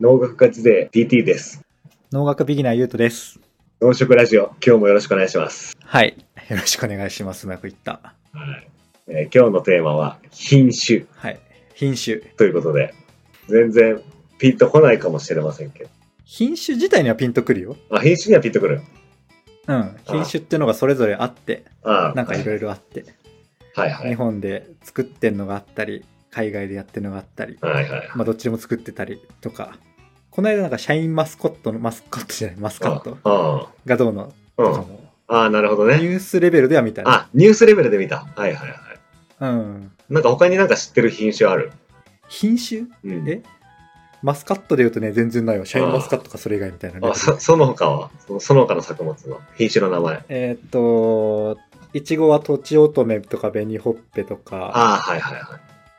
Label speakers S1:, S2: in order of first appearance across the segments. S1: 農学ガチ勢 TT です。
S2: 農学ビギナーゆうとです。
S1: 農食ラジオ、今日もよろしくお願いします。
S2: はい。よろしくお願いします。うまくいった。
S1: えー今日のテーマは品種
S2: はい。品種。
S1: ということで、全然ピンとこないかもしれませんけど、
S2: 品種自体にはピンとくるよ。
S1: あ、品種にはピンとくる。
S2: うん。品種ってのがそれぞれあって、
S1: ああ
S2: なんかいろいろあって、
S1: はいは
S2: 日
S1: い。
S2: 本で作ってんのがあったり、海外でやってんのがあったり、
S1: はいはい。
S2: まあどっちでも作ってたりとか、この間なんかシャインマスコットの、マスコットじゃない、マスカット
S1: あ
S2: がどうの
S1: あ、う
S2: とか
S1: ん。
S2: も、
S1: ああ、なるほど
S2: ニ
S1: ね。
S2: ュースレベルでは見たね。
S1: あ、ニュースレベルで見た。はいはいはい。
S2: うん。
S1: なんか他になんか知ってる品種ある。
S2: 品種
S1: うん。
S2: えマスカットで言うとね、全然ないわ。シャインマスカットかそれ以外みたいなね
S1: あ。そその他はそのその他の作物の品種の名前。
S2: えーっと、いちごはとちおとめとか紅ほっぺとか、
S1: ああ、はいはい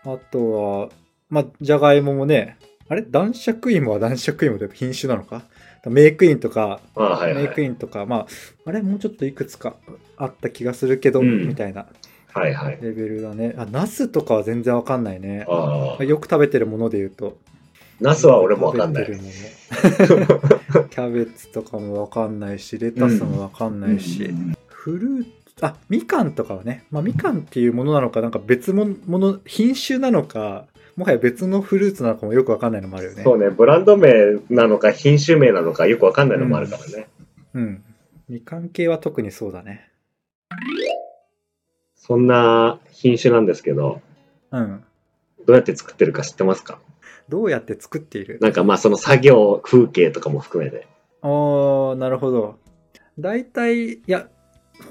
S1: はい。
S2: あとは、まあ、じゃがいももね、あれ男爵芋は男爵芋で品種なのかメイクインとか、
S1: ああ、はいは
S2: メ
S1: い
S2: イク。インとか、まあ、あれもうちょっといくつかあった気がするけど、
S1: うん
S2: みたいな
S1: はいはい。
S2: レベルだね。あ、ナスとかは全然わかんないね。
S1: ああ、
S2: よく食べてるもので言うと。
S1: ナスは俺もわかんな
S2: 食
S1: い。
S2: べてるものキャベツとかもわかんないし、レタスもわかんないし。フルーツあみかんとかはね、まあ、みかんっていうものなのかなんか別ももの品種なのかもはや別のフルーツなのかもよくわかんないのもあるよね
S1: そうね、ブランド名なのか品種名なのかよくわかんないのもあるからね。
S2: うんみかん系は特にそうだね
S1: そんな品種なんですけど、
S2: うん
S1: どうやって作ってるか知ってますか
S2: どうやって作っている
S1: なんかまあその作業風景とかも含めて。
S2: あーなるほど大体いや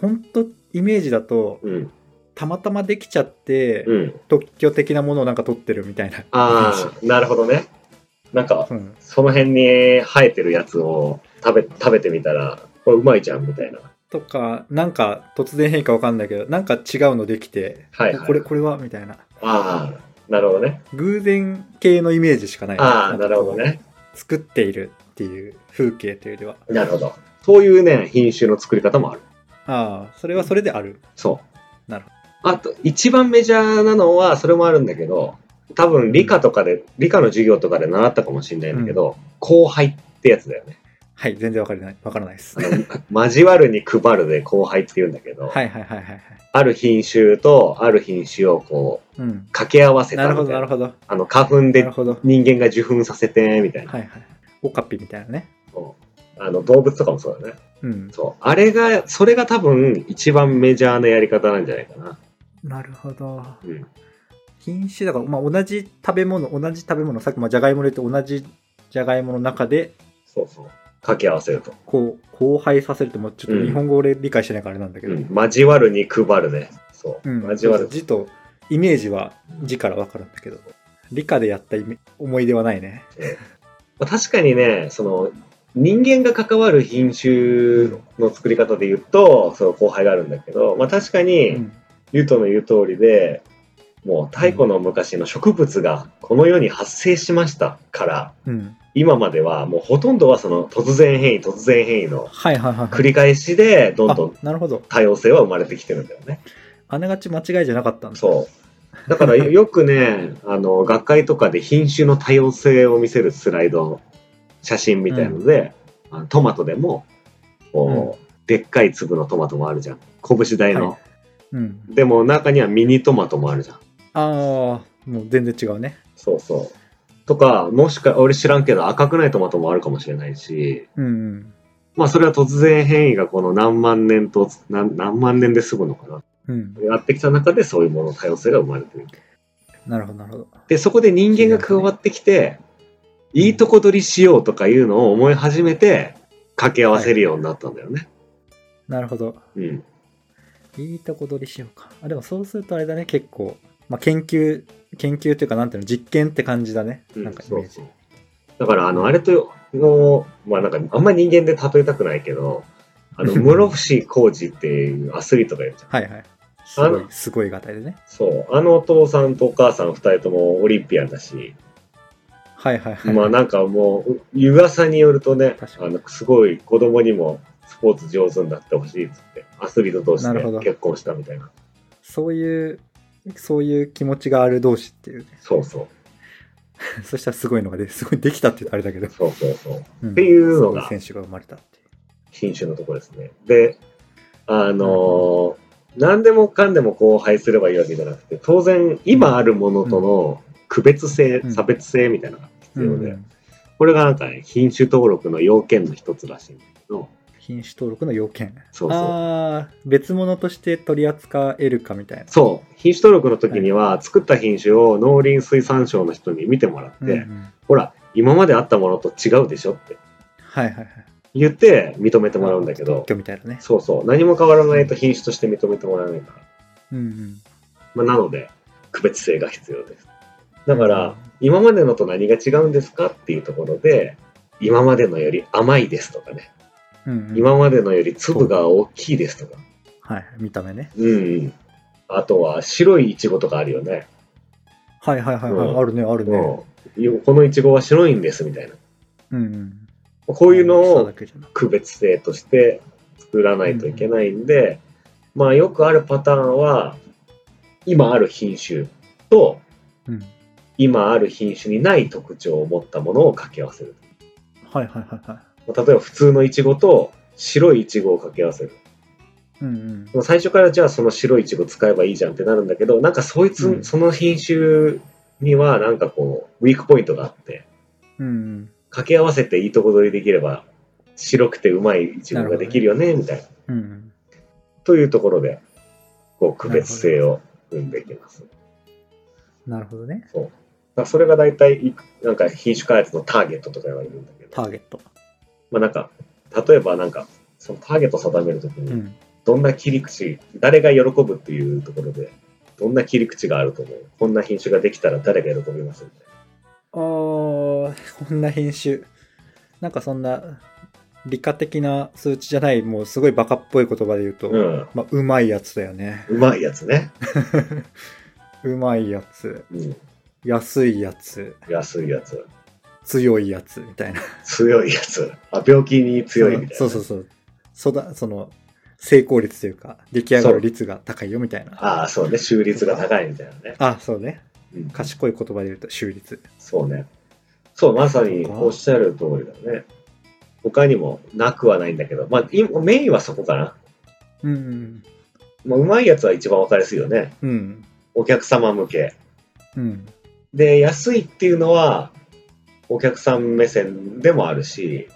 S2: ほんとイメージだと
S1: うん。
S2: たまたまできちゃって、
S1: うん。
S2: 特許的なものをなんか取ってるみたいな
S1: ああ、なるほどね。なんか、
S2: うん、
S1: その辺に生えてるやつを食べ、食べてみたら、これうまいじゃんみたいな。
S2: とかなんか突然変化わかんないけどなんか違うのできて、
S1: はいはい
S2: これこれはみたいな
S1: ああ、なるほどね。
S2: 偶然系のイメージしかない
S1: ああ、
S2: ん
S1: な
S2: か
S1: るほどね。
S2: 作っているっていう風景というよりは
S1: なるほど。そういうね、品種の作り方もある。
S2: ああそれはそれである
S1: そう。
S2: なるほ
S1: あと、一番メジャーなのは、それもあるんだけど、多分理科とかで、理科の授業とかで習ったかもしれないんだけど、後輩ってやつだよね。
S2: はい全然わかりないわからないです
S1: あ
S2: はい
S1: の交わるに配るで後輩って言うんだけど、
S2: はいはいはいはい
S1: ある品種とある品種をこう、
S2: うん
S1: 掛け合わせた
S2: な
S1: みたいな。
S2: るほどなるほどな
S1: あの、花粉で
S2: るほど
S1: 人間が受粉させて、みたいな。
S2: はいはいオカピみたいなね
S1: あの、動物とかもそうだね。
S2: うん
S1: そう。あれが、それが多分一番メジャーなやり方なんじゃないかな。
S2: なるほど
S1: うん。
S2: 品種だから、まあ、同じ食べ物同じ食べ物さっきもじゃがいもで言って同じじゃがいもの中で
S1: そうそう。掛け合わせると。
S2: こう交配させるってもうちょっ
S1: うん
S2: と日本語俺理解してないからあれなんだけど、
S1: うん。交わるに配るね。そう。
S2: うん、
S1: 交わる。
S2: 字とイメージは字から分かるんだけど理科でやったイメ思い出はないね
S1: まあ確かにね、その、人間が関わる品種の作り方で言うと、その後輩があるんだけど、まあ確かに、
S2: うん
S1: ゆうとの言う通りで、もう太古の昔の植物がこの世に発生しましたから、
S2: うん
S1: 今まではもうほとんどはその突然変異、突然変異の
S2: はいはいはい
S1: 繰り返しで、どんどん
S2: あなるほど
S1: 多様性は生まれてきてるんだよね。
S2: あながち間違いじゃなかったんだ
S1: そう。だ からよよくね、あの、学会とかで品種の多様性を見せるスライド、写真みたいので、あのトマトでも、こう、でっかい粒のトマトもあるじゃん。拳大の。
S2: はうん
S1: でも中にはミニトマトもあるじゃん。
S2: ああもう全然違うね
S1: そうそう。とか、もしか、俺知らんけど赤くないトマトもあるかもしれないし、
S2: うんうん
S1: まあそれは突然変異がこの何万年と、何何万年で済むのかな。
S2: うん
S1: やってきた中でそういうものの多様性が生まれてる。
S2: なるほどなるほど
S1: で、そこで人間が加わってきて、いいとこ取りしようとかいうのを思い始めて、掛け合わせるようになったんだよね。
S2: なるほど
S1: うん。
S2: いいとこ取りしようかあでもそうするとあれだね結構、まあ、研究研究というかなんていうの実験って感じだね、
S1: うん
S2: なんかイ
S1: そ
S2: メー
S1: う
S2: ジ
S1: そう。だから、あの、あれと、の、まあなんか、あんまり人間で例えたくないけど、あ の、室伏浩二っていうアスリートがいるじゃん。
S2: はいはいすご
S1: あ
S2: いすごい型でね
S1: そう。あのお父さんとお母さん二人ともオリンピアンだし、
S2: はいはいはい、
S1: まあなんかもう、湯浅によるとね
S2: 確、か
S1: あ
S2: に
S1: の、すごい子供にもスポーツ上手になってほしいっつって、アスリート同士
S2: な
S1: で
S2: るほど
S1: 結婚したみたいな。
S2: そういうそういう気持ちがある同士っていう
S1: そうそう。
S2: そしたらすごいのがで、すごいできたって言うとあれだけど。
S1: そうそうそう。
S2: って
S1: いうのが
S2: 選手が生まれたっていう。
S1: 品種のところですね。で、あのー何でもかんでもこう配すればいいわけじゃなくて、当然今あるものとの区別性、
S2: うん
S1: 差別性みたいなのが必要で、
S2: うん
S1: これがなんかね、品種登録の要件の一つらしいんだけど、
S2: 品種登録の要件。
S1: そうそう
S2: ああ、別物として取り扱えるかみたいな。
S1: そう、品種登録の時には、作った品種を農林水産省の人に見てもらって、
S2: うんうん
S1: ほら、今まであったものと違うでしょって
S2: はいはいはい。
S1: 言って認めてもらうんだけど
S2: 特、許みたいなね。
S1: そうそう、何も変わらないと品種として認めてもらえないから。
S2: うんうん。
S1: まあ、なので、区別性が必要です。だから、今までのと何が違うんですかっていうところで、今までのより甘いですとかね、
S2: うんうん、
S1: 今までのより粒が大きいですとか、
S2: はいはい、見た目ね。
S1: うん、うん。あとは白いイチゴとかあるよね。
S2: はいはいはい、はい
S1: うん
S2: あるね、あるね。
S1: うんこのイチゴは白いんですみたいな。
S2: うんうん。
S1: こういうの
S2: 大きさだ
S1: を
S2: けじゃなく
S1: 区別性として作らないといけないんで、まあよくあるパターンは、今ある品種と
S2: うん。
S1: 今ある品種にない特徴を持ったものを掛け合わせる。
S2: はいはいはいは
S1: 例えば普通のイチゴと白いイチゴを掛け合わせる。
S2: い。うんうん
S1: で。も最初からじゃあその白いイチゴ使えばいいじゃんってなるんだけど、なんかそいつ、
S2: うん
S1: その品種にはなんかこう、ウィークポイントがあって、
S2: うんうん。
S1: 掛け合わせていいとこ取りできれば、白くてうまいイチゴができるよね、みたいな。
S2: うんうん。
S1: というところで、こう、区別性を生んでいきます。だか
S2: なるほどね。
S1: らそれが大体いく、なんか品種開発のターゲットとか言われるんだけど、
S2: ターゲット。
S1: まあなんか、例えばなんか、そのターゲットを定めるときに、
S2: うん。
S1: どんな切り口、誰が喜ぶっていうところで、どんな切り口があると思うこんな品種ができたら誰が喜びますみたい
S2: あー、こんな編集。なんかそんな、理科的な数値じゃない、もうすごいバカっぽい言葉で言うと、
S1: な。うん。
S2: まあ、うまいやつだよね。
S1: うまいやつね。
S2: うまいやつ、
S1: うん。
S2: 安いやつ、
S1: 安いやつ。
S2: 強いやつみたいな。
S1: 強いやつ。あ、病気に強いみたいな。
S2: そうそうそう。そだその、成功率というか、出来上がる率が高いよみたいな。
S1: ああ、そうね。収率が高いみたいなね。
S2: あ、そうね。
S1: うん、
S2: 賢い言葉で言うと、収率。
S1: そうね。そう、まさに
S2: そっか
S1: おっしゃる通りだね。他にもなくはないんだけど、まあ、今メインはそこかな。
S2: うん
S1: まあ、うまいやつは一番わかりやすいよね。
S2: うん。うん。
S1: お客様向け。
S2: うん。
S1: で、安いっていうのは、お客さん目線でもあるし、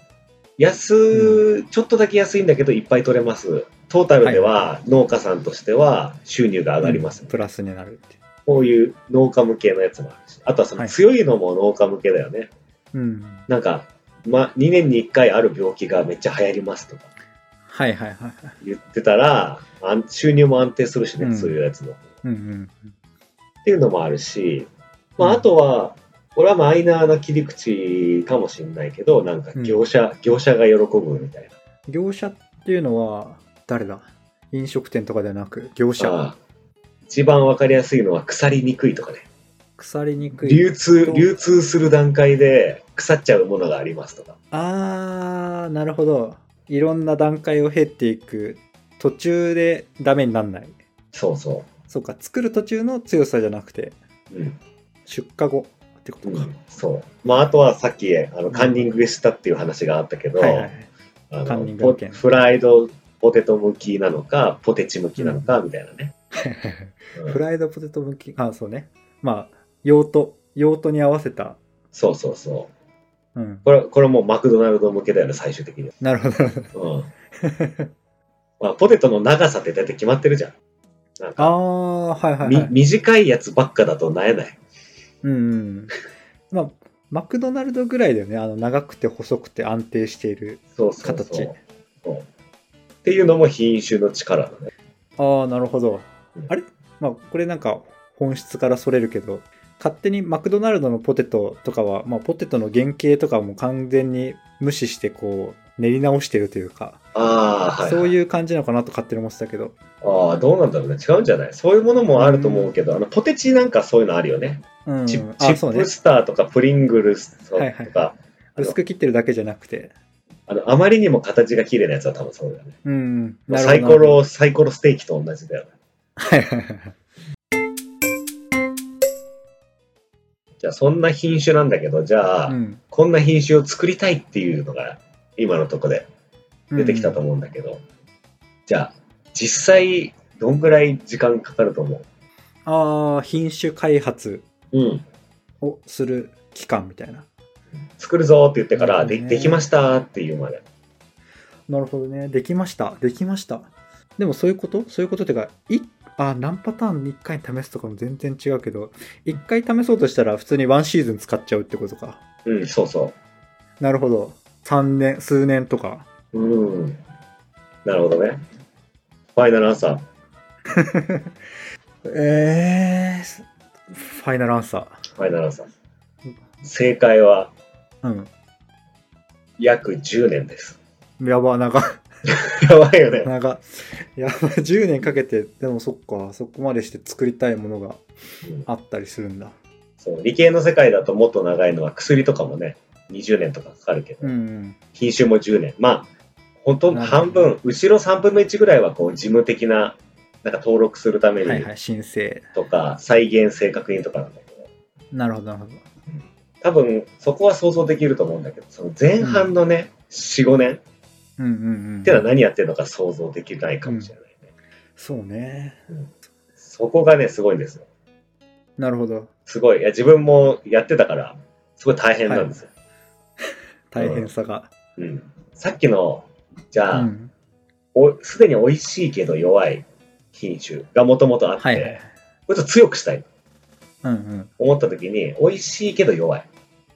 S1: 安、ちょっとだけ安いんだけど、いっぱい取れます。トータルでは、農家さんとしては収入が上がります、
S2: プラスになるって。
S1: こういう農家向けのやつもあるし、あとはその
S2: はい
S1: 強いのも農家向けだよね。
S2: うん。
S1: なんか、ま、2年に1回ある病気がめっちゃ流行りますとか
S2: はいはいはいはい。
S1: 言ってたら、あん収入も安定するしね、
S2: うん
S1: そういうやつの。
S2: うんうん
S1: っていうのもあるし、まあ、
S2: うん
S1: あとは、これはマイナーな切り口かもしれないけど、なんか業者、業者が喜ぶみたい
S2: うん。業者っていうのは、誰だ飲食店とかではなく、業
S1: な。
S2: 者。
S1: ああ一番わかりやすいのは腐りにくいとかね。
S2: 腐りにくい。
S1: 流通、流通する段階で腐っちゃうものがありますとか。
S2: あーなるほどいろんな段階を経っていく途中でダメになんない
S1: そうそ
S2: そうか作る途中の強さじゃなくて
S1: う。うん。
S2: 出荷後ってことか、
S1: そう。まあ、あとはさっき、あの、カンニングしたっていう話があったけど、
S2: はいはいはい
S1: あ
S2: カン
S1: の
S2: ニング
S1: ポ
S2: 案件
S1: フライドポテト向きなのか、ポテチ向きなのか、みたいなね。うん
S2: フライドポテト向きあそうねまあ用途用途に合わせた
S1: そうそうそう。
S2: うん
S1: これ、これもうマクドナルド向けだよね、最終的には。
S2: なるほど なるほど
S1: うん。まあ、ポテトの長さって大体決まってるじゃん。なんか、
S2: あーはいはいは
S1: み
S2: い
S1: 短いやつばっかだとなえない。
S2: うんうんまあマクドナルドぐらいだよねあの長くて細くて安定している
S1: そうそうそう。
S2: 形
S1: そうっていうのも品種の力だね。
S2: ああなるほど
S1: うん
S2: あれまあこれなんか本質からそれるけど勝手にマクドナルドのポテトとかは、まあ、ポテトの原型とかも完全に無視してこう練り直してるというか、
S1: ああ、はい、
S2: そう
S1: う。
S2: いう感じなのかなと勝手に思ってたけど
S1: ああ、どうなんだろうね。違うんじゃないそういうものもあると思うけど、あの、ポテチなんかそういうのあるよね。
S2: うん
S1: チップチ
S2: あそう
S1: ッ
S2: ね
S1: プスターとかプリングルスとか、
S2: はいはい薄く切ってるだけじゃなくて
S1: あの、あまりにも形が綺麗なやつは多分そうだよね。
S2: うんなるほど
S1: サイコロ、サイコロステーキと同じだよね。
S2: はいはいはい
S1: じゃあそんな品種なんだけど、じゃあ、
S2: うん
S1: こんな品種を作りたいっていうのが今のとこで出てきたと思うんだけど、じゃあ実際どんぐらい時間かかると思
S2: ああ、品種開発
S1: ううん。
S2: をする期間みたいな。
S1: 作るぞって言ってから、
S2: なる
S1: で
S2: ほどね
S1: できましたっていうまで。
S2: なるほどね。できました。できました。でもそういうことそういうことってか、いあ何パターン1回に試すとかも全然違うけど、1回試そうとしたら普通にワンシーズン使っちゃうってことか。
S1: うん、そうそ
S2: なるほど。3年、数年とか。
S1: う。うん。なるほどね。ファイナルアンサー。
S2: えー、ファイナルアンサ
S1: ファイナルアンサー。正解は
S2: ー。
S1: 約10年です。
S2: うん。やば、長、
S1: やばいよね。
S2: 長。やば、10年かけて、でもそっか、そこまでして作りたいものが
S1: うん
S2: あったりするんだ。
S1: そう理系の世界だともっと長いのは薬とかもね、20年とかかかるけど、
S2: うん。
S1: 品種も10年。まあ、本当
S2: なるほど
S1: 半分、後ろ3分の1ぐらいはこう事務的な、なんか登録するため
S2: はい
S1: に
S2: はい、申請。
S1: とか、再現正確にとかなんだけど、
S2: なるほど、なるほど。
S1: 多分そこは想像できると思うんだけど、その前半のね、4、5年
S2: うんうんうん。
S1: ってのは何やってるのか想像できないかもしれないね。
S2: そうね。
S1: そこがね、すごいんですよ。
S2: なるほど。
S1: すごい。いや、自分もやってたから、すごい大変なんですよ。
S2: 大変さが。
S1: うん。さっきの、じ
S2: う
S1: ゃあ、
S2: ん。
S1: おすでに美味しいけど弱い品種がもともとあって、
S2: はいはい。
S1: こいつを強くしたい。
S2: うんうん。
S1: 思った時に美味しいけど弱い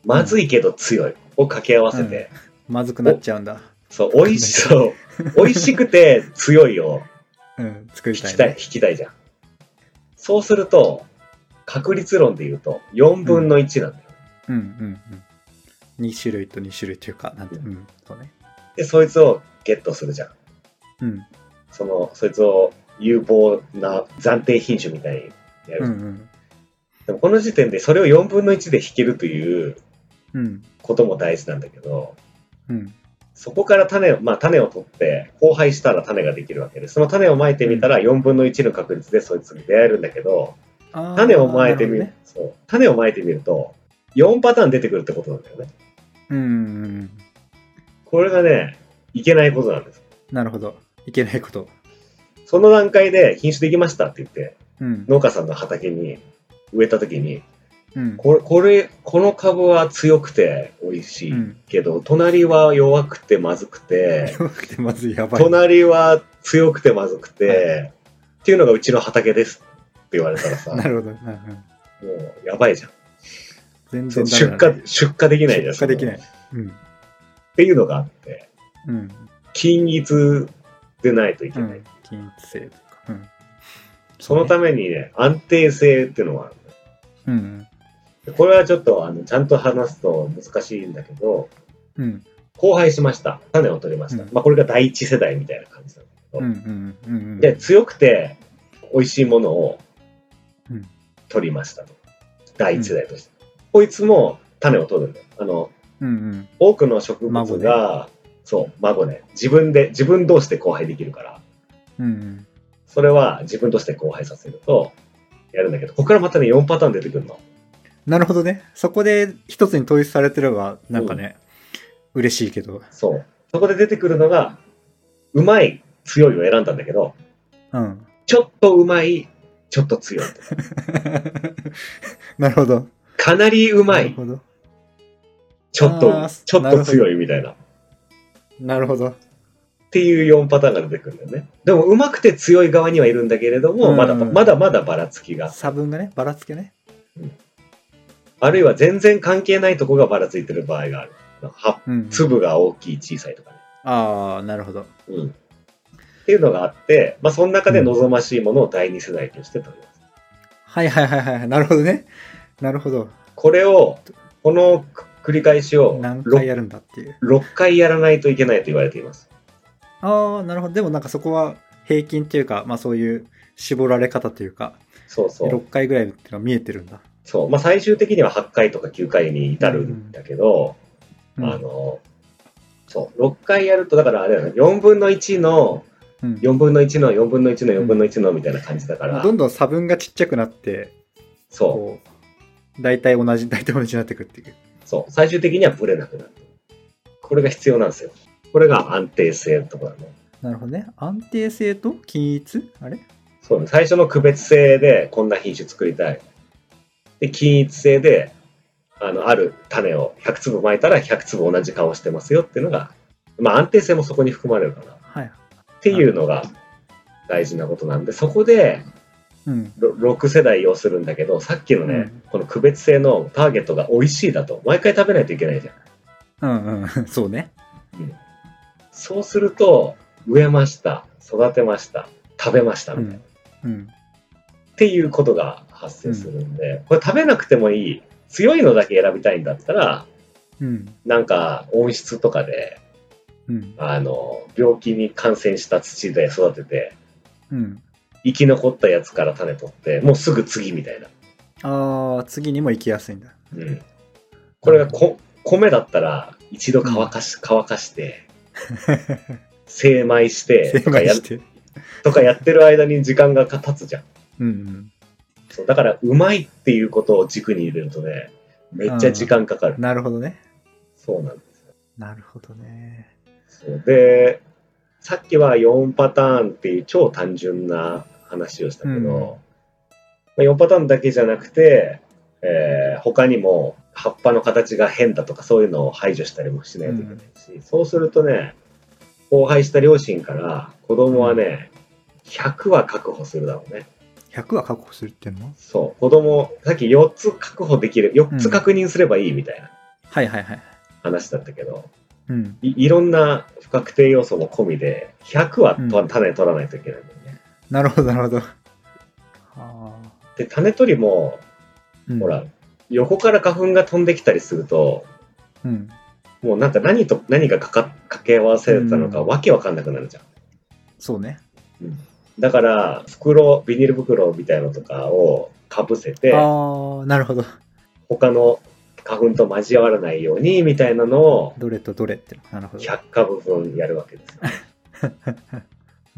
S1: まずいけど強いを掛け合わせて、
S2: まずくなっちゃうんだ。
S1: そう美味しそう美味しくて強いを
S2: うん。作
S1: 引
S2: りたい
S1: き
S2: ね。
S1: たい引きたいじゃんそうすると確率論で言うと4分の1なんだよ、
S2: うんうんうん。2種類と2種類というか、なんて、うん。そうね。
S1: でそいつをゲットするじゃん
S2: うん。
S1: そのそいつを有望な暫定品種みたいにやる、
S2: うんうん。
S1: でもこの時点でそれを4分の1で引けるという
S2: うん。
S1: ことも大事なんだけど
S2: うん。
S1: そこから種を、まあ、種を取って、交配したら種ができるわけで、その種をまいてみたら4分の1の確率でそいつに出会えるんだけど、
S2: あー
S1: 種をまいてみる
S2: なる
S1: そう種をまいてみると、4パターン出てくるってことなんだよね。
S2: ほどねうんうんうん。
S1: これがね、いけないことなんです。
S2: なるほど。いけないこと。
S1: その段階で品種できましたって言って、
S2: うん。
S1: 農家さんの畑に植えた時に、
S2: うん。
S1: これ、これ、この株は強くて美味し
S2: う
S1: い
S2: ん。
S1: けど、隣は弱くてまずくて、
S2: 弱くてまずいやばい。
S1: 隣は強くてまずくて、っていうのがうちの畑ですって言われたらさ、
S2: な
S1: も
S2: るほど。うんうん
S1: うやばいじゃん。
S2: 全
S1: そ
S2: 然
S1: う
S2: ダ
S1: 出
S2: メだね
S1: 荷、出荷できないじゃん。。
S2: 出荷できないい。うん。
S1: っていうのがあって、
S2: うん。
S1: 均一でないといけ
S2: う
S1: ない。
S2: ん。均一性というか。うん。
S1: そのためにね、安定性っていうのはある
S2: うん。
S1: のこれはちょっとあのちゃんと話すと難しいんだけど、
S2: うん。
S1: 交配しました。種を取りました。
S2: うん
S1: まあこれが第一世代みたいな感じなんだけど、
S2: うん。うん。うん。うん。
S1: で、強くて美味しいものを
S2: うん
S1: 取りましたと。第一世代として。こいつも種を取るんだよ。あの、
S2: うん
S1: 多くの植物
S2: 孫
S1: が、そう、孫ね。自分で、自分同士で交配できるから、
S2: うん。うん。
S1: それは自分同士で交配させると、やるんだけど、ここからまたね、4パターン出てくるの。
S2: なるほどね。そこで一つに統一されてれば、なんかね、嬉しいけど。
S1: そう。そこで出てくるのが、うまい、強いを選んだんだけど、
S2: うん。
S1: ちょっとうまい、ちょっと強い。
S2: なるほど。
S1: かなりうま
S2: なる
S1: い、
S2: ほど。
S1: ちょっと
S2: あ、ー
S1: ちょっと強いみたいな。
S2: なるほど。
S1: っていう4パターンが出てくるんだよね。でも、うまくて強い側にはいるんだけれども、
S2: うん
S1: まだまだまだばらつきが。
S2: 差分がね、ばらつけね。
S1: あるいは全然関係ないとこがばらついてる場合がある。葉
S2: うん。
S1: 粒が大きい、小さいとかね。
S2: ああ、なるほど。
S1: うん。っていうのがあって、まあ、その中で望ましいものを第二世代として取ります。
S2: はいはいはいはい。なるほどね。なるほど。
S1: これを、この繰り返しを
S2: 何回
S1: 6,
S2: やるんだっていう。
S1: 回やらないといけないと言われています。
S2: ああ、なるほど。でもなんかそこは平均っていうか、まあそういう絞られ方というか、
S1: そうそう。
S2: 6回ぐらいっていうのが見えてるんだ。
S1: そう。まあ、最終的には8回とか9回に至るんだけど、
S2: うん
S1: あの、そう、6回やると、だからあれだよね、4分の1の、
S2: うん
S1: 4分の1の、4分の1の、4分の1のみたいな感じだか
S2: まあ
S1: ら
S2: ど、んどん差分がちっちゃくなって、
S1: そ
S2: こう、大体同じ、 大体同じになってくっていう。
S1: そう。最終的にはブレなくなる。これが必要なんですよ。これが安定性とかね。
S2: なるほどね。安定性と均一あれ
S1: そうね。最初の区別性でこんな品種作りたい。で、均一性で、あの、ある種を100粒まいたら100粒同じ顔してますよっていうのが、まあ安定性もそこに含まれるかな。っ
S2: はい。
S1: ていうのが大事なことなんで、そこで
S2: うん。
S1: ろ6世代要するんだけど、さっきのね、
S2: うん
S1: この区別性のターゲットが美味しいだと、毎回食べないといけないじゃん。
S2: うんうん。 そうね。
S1: そうすると、植えました、育てました、食べました、
S2: う
S1: みたいな。
S2: ん。うん。
S1: っていうことが発生するんで、これ食べなくてもいい強いのだけ選びたいんだったら
S2: うん。
S1: なんか温室とかで
S2: うん。
S1: あの病気に感染した土で育てて
S2: うん。
S1: 生き残ったやつから種取ってもうすぐ次みたいな、
S2: ああ、次にも行きやすいんだ。
S1: うん、これがこ米だったら一度乾かし乾かして精米して
S2: 正
S1: とか
S2: 解
S1: や
S2: して。
S1: とかやってる間に時間が経つじゃん
S2: うんうん。
S1: そうだからうまいっていうことを軸に入れるとねめっちゃ時間かかる
S2: なるほどね。
S1: そうなんです
S2: なるほどね。
S1: そうでさっきは4パターンっていう超単純な話をしたけ
S2: うん
S1: ど、まあ4パターンだけじゃなくて、えー他にも葉っぱの形が変だとかそういうのを排除したりもしないといけないし、そうするとね荒廃した両親から子供はね100は確保するだろうね
S2: 100は確保するっていうのは
S1: そう子供さっき4つ確保できる4つ確認すればいいみたいな
S2: はいはいはい。
S1: 話だったけど、
S2: うん。
S1: いいろんな不確定要素も込みで100はと
S2: うん
S1: 種取らないといけないんだよね、
S2: なるほどなるほど。はあ。
S1: で種取りも
S2: うん
S1: ほら。横から花粉が飛んできたりすると
S2: うん。
S1: もうなんか何と何がかか掛け合わせたのか
S2: うん
S1: わけわかんなくなるじゃん、
S2: そうね。
S1: だから袋ビニール袋みたいのとかをかぶせて
S2: ああ、なるほど。
S1: 他の花粉と交わらないようにみたいなのを
S2: どれとどれっての。なるほど。
S1: 100株分やるわけですよ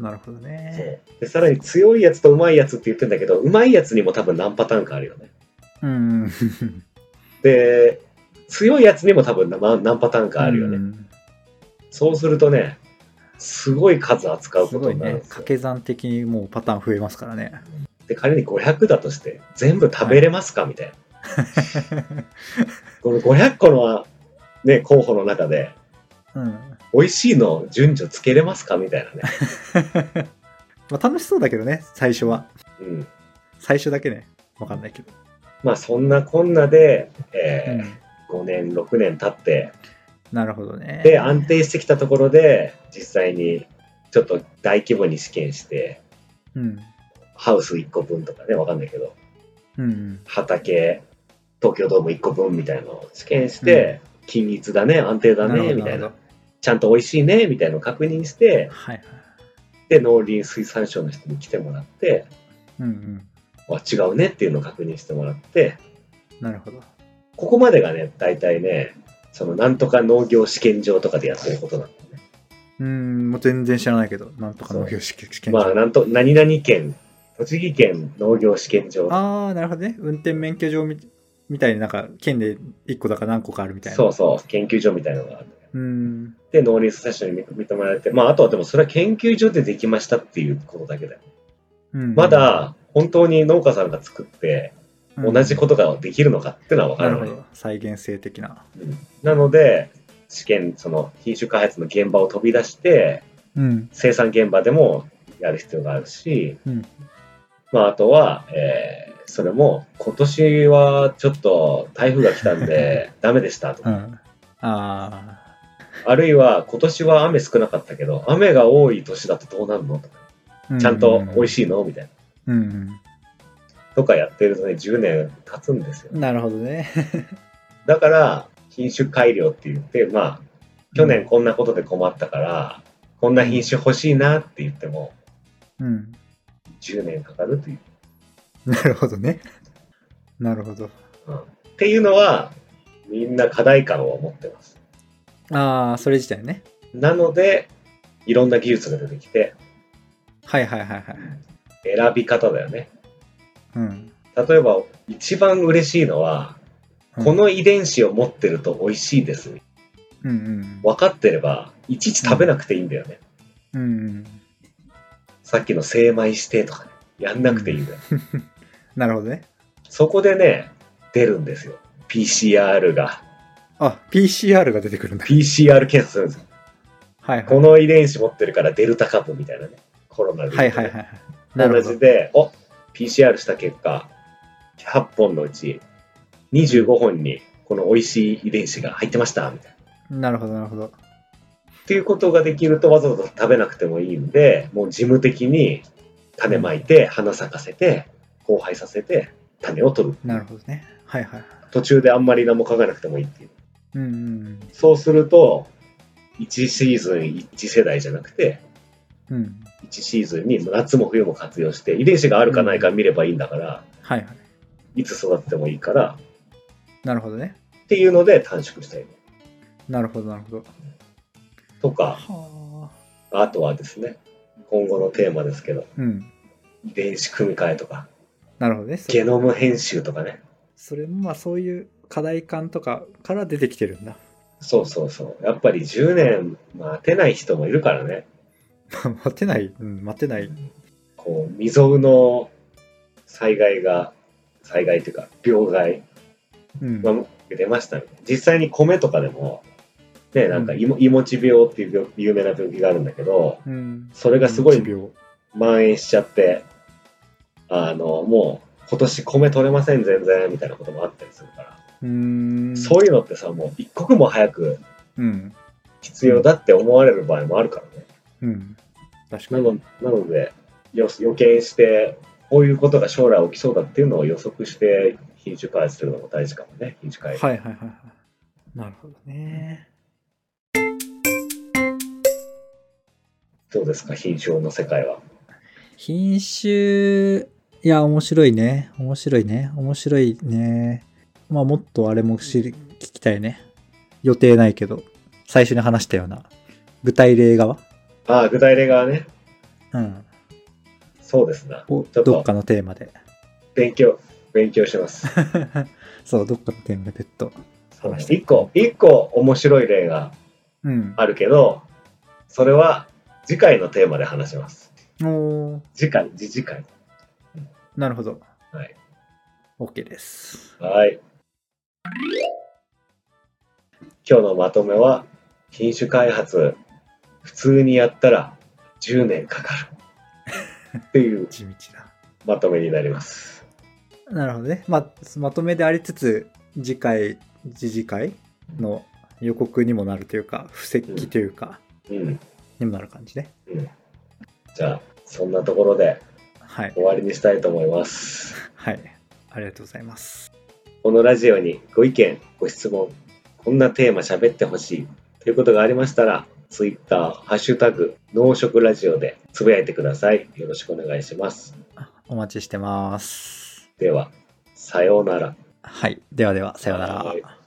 S2: なるほどね。
S1: そうでさらに強いやつとうまいやつって言ってんだけどうまいやつにも多分何パターンかあるよね
S2: うん。
S1: で強いやつにも多分な何パターンかあるよね、
S2: うん
S1: そうするとねすごい数扱う
S2: す
S1: こと
S2: ごい
S1: になるん
S2: ね。
S1: ですよ
S2: 掛け算的にもうパターン増えますからね。
S1: で仮に500だとして全部食べれますか、みたいなこの500個の、ね、候補の中で
S2: うん。
S1: 美味しいの順序つけれますかみたいなね、
S2: まあ楽しそうだけどね、最初は。
S1: うん、
S2: 最初だけね。わかんないけど。
S1: まあそんなこんなで、
S2: う
S1: え
S2: ん
S1: 5年6年経って
S2: なるほどね。
S1: で安定してきたところで実際にちょっと大規模に試験して
S2: うん。
S1: ハウス1個分とかねわかんないけど
S2: うん。
S1: 畑東京ドーム1個分みたいなのを試験して、均一だね安定だ
S2: なるほ
S1: ね
S2: ど
S1: みたい
S2: る
S1: な
S2: ほ
S1: ちゃんと美味しいねみたいなのを確認し
S2: ど
S1: て
S2: はいはい。
S1: で農林水産省の人に来てもらって
S2: うんうん。
S1: あ違うねっていうのを確認してもらって
S2: なるほど。
S1: ここまでがね大体ねそのなんとか農業試験場とかでやってることなの、ね、
S2: うん、もう全然知らないけど、なんとか農業試験試験
S1: まあ
S2: 場。
S1: なんと何々県栃木県農業試験場
S2: ああ、なるほどね。運転免許証みみたいになんか、県で1個だか何個かあるみたいな。
S1: そうそう研究所みたいなのがあって
S2: う。うん。
S1: で農林水産省に認められてまああとはでもそれは研究所でできましたっていうことだけだよ
S2: うん
S1: ま、だ本当に農家さんが作って
S2: うん
S1: 同じことができるのかってのは分か
S2: な
S1: ら
S2: る
S1: ない、
S2: ほど。再現性的な。
S1: うんなので試験その品種開発の現場を飛び出して
S2: うん。
S1: 生産現場でもやる必要があるし、
S2: うん
S1: まあ、あとは、えーそれも今年はちょっと台風が来たん でダメでしたと
S2: う
S1: か、
S2: ん。あ
S1: あるいは今年は雨少なかったけど雨が多い年だとどうなるのとか
S2: あ。
S1: ちゃんと美味
S2: い。
S1: しいのみたいな
S2: うん。
S1: とかやってるとね10年経つんですよ
S2: なるほどね。
S1: だから品種改良って言ってまあ 去年こんなことで困ったから、こんな品種欲しいなって言っても
S2: うん。
S1: 10年かかるという、
S2: なるほどね。なるほど。
S1: うんっていうのはみんな課題感を持ってます
S2: ああ、それ自体ね。
S1: なのでいろんな技術が出てきて
S2: はいはいはいはい。
S1: 選び方だよね
S2: うん。
S1: 例えば、一番嬉しいのは、
S2: うん
S1: この遺伝子を持ってると美味しいです。
S2: うん
S1: 分かってれば、いちいち食べなくていいんだよね。
S2: うん。うん。
S1: さっきの精米してとかね、やんなくていいんだよ。
S2: なるほどね。
S1: そこでね、出るんですよ。PCR が。
S2: あ、PCR が出てくるんだ。
S1: PCR 検査するんですよ。
S2: はいはい。
S1: この遺伝子持ってるからデルタ株みたいなね。コロナで。
S2: はいはいはいはい。な
S1: 同
S2: るほど
S1: じ。で、お PCR した結果、100本のうち25本にこの美味しい遺伝子が入ってました、みたいな。
S2: なるほどなるほど。
S1: っていうことができるとわざわざ食べなくてもいいんで、もう事務的に種まいて、花咲かせて、交配させて、種を取る。
S2: なるほどね。はいはいはい。
S1: 途中であんまり何も考えなくてもいいっていう。
S2: うんうん
S1: そうすると、1シーズン1世代じゃなくて、
S2: うん。うん。
S1: 1シーズンに夏も冬も活用して、遺伝子があるかないか見ればいいんだから、
S2: はいはい。
S1: いつ育ててもいいから、
S2: なるほどね。
S1: っていうので短縮したい。
S2: なるほどなるほど。
S1: とか、
S2: はあ。
S1: あとはですね、今後のテーマですけど、
S2: うん。
S1: 遺伝子組み換えとか、
S2: なるほどね。そ
S1: ゲノム編集とかね。
S2: それもまあそういう課題感とかから出てきてるんだ。
S1: そうそうそう。やっぱり10年待てない人もいるからね。
S2: 待てない。うん、待てない。
S1: こう、未曾有の災害が、災害というか、病害
S2: うん。
S1: が出ましたね。実際に米とかでも、ね、なんかいも、いもち病っていう病有名な病気があるんだけど、
S2: うん。
S1: それがすごい
S2: 持病。
S1: 蔓延しちゃって、あの、もう今年米取れません全然みたいなこともあったりするから、
S2: うーん。
S1: そういうのってさ、もう一刻も早く
S2: うん。
S1: 必要だって思われる場合もあるからね。
S2: うん。確か
S1: な
S2: に。
S1: のなので予、予見して、こういうことが将来起きそうだっていうのを予測して品種開発するのも大事かもね、品種開発。
S2: はいはいはいはい。なるほどね。
S1: どうですか、品種の世界は。
S2: 品種、いや、面白いね。面白いね。面白いね。まあ、もっとあれも知り、聞きたいね。予定ないけど、最初に話したような、具体例側
S1: ああ、具体例がね、
S2: うん。
S1: そうですな。
S2: を
S1: ちょっと
S2: どっかのテーマで。
S1: 勉強、勉強し ます。
S2: そう、どっかのテーマで別途話して。
S1: 一個、一個面白い例が
S2: うん。
S1: あるけど、それは次回のテーマで話します。
S2: おー
S1: 次回、次次回。
S2: なるほど。
S1: はい。
S2: OK です。
S1: はい。今日のまとめは、品種開発、普通にやったら10年かかる。っていう
S2: 地道だ。
S1: まとめになります。
S2: なるほどね。まあ、まとめでありつつ、次回、次次回の予告にもなるというか、布石というか、
S1: うん。
S2: にもなる感じね。
S1: じゃあ、そんなところで
S2: はい。
S1: 終わりにしたいと思います。
S2: はい。ありがとうございます。
S1: このラジオにご意見、ご質問、こんなテーマ喋ってほしいということがありましたら、ツイッター、ハッシュタグ、農食ラジオでつぶやいてください。よろしくお願いします。
S2: お待ちしてます。
S1: では、さようなら。
S2: はい。ではでは、さようなら。
S1: はい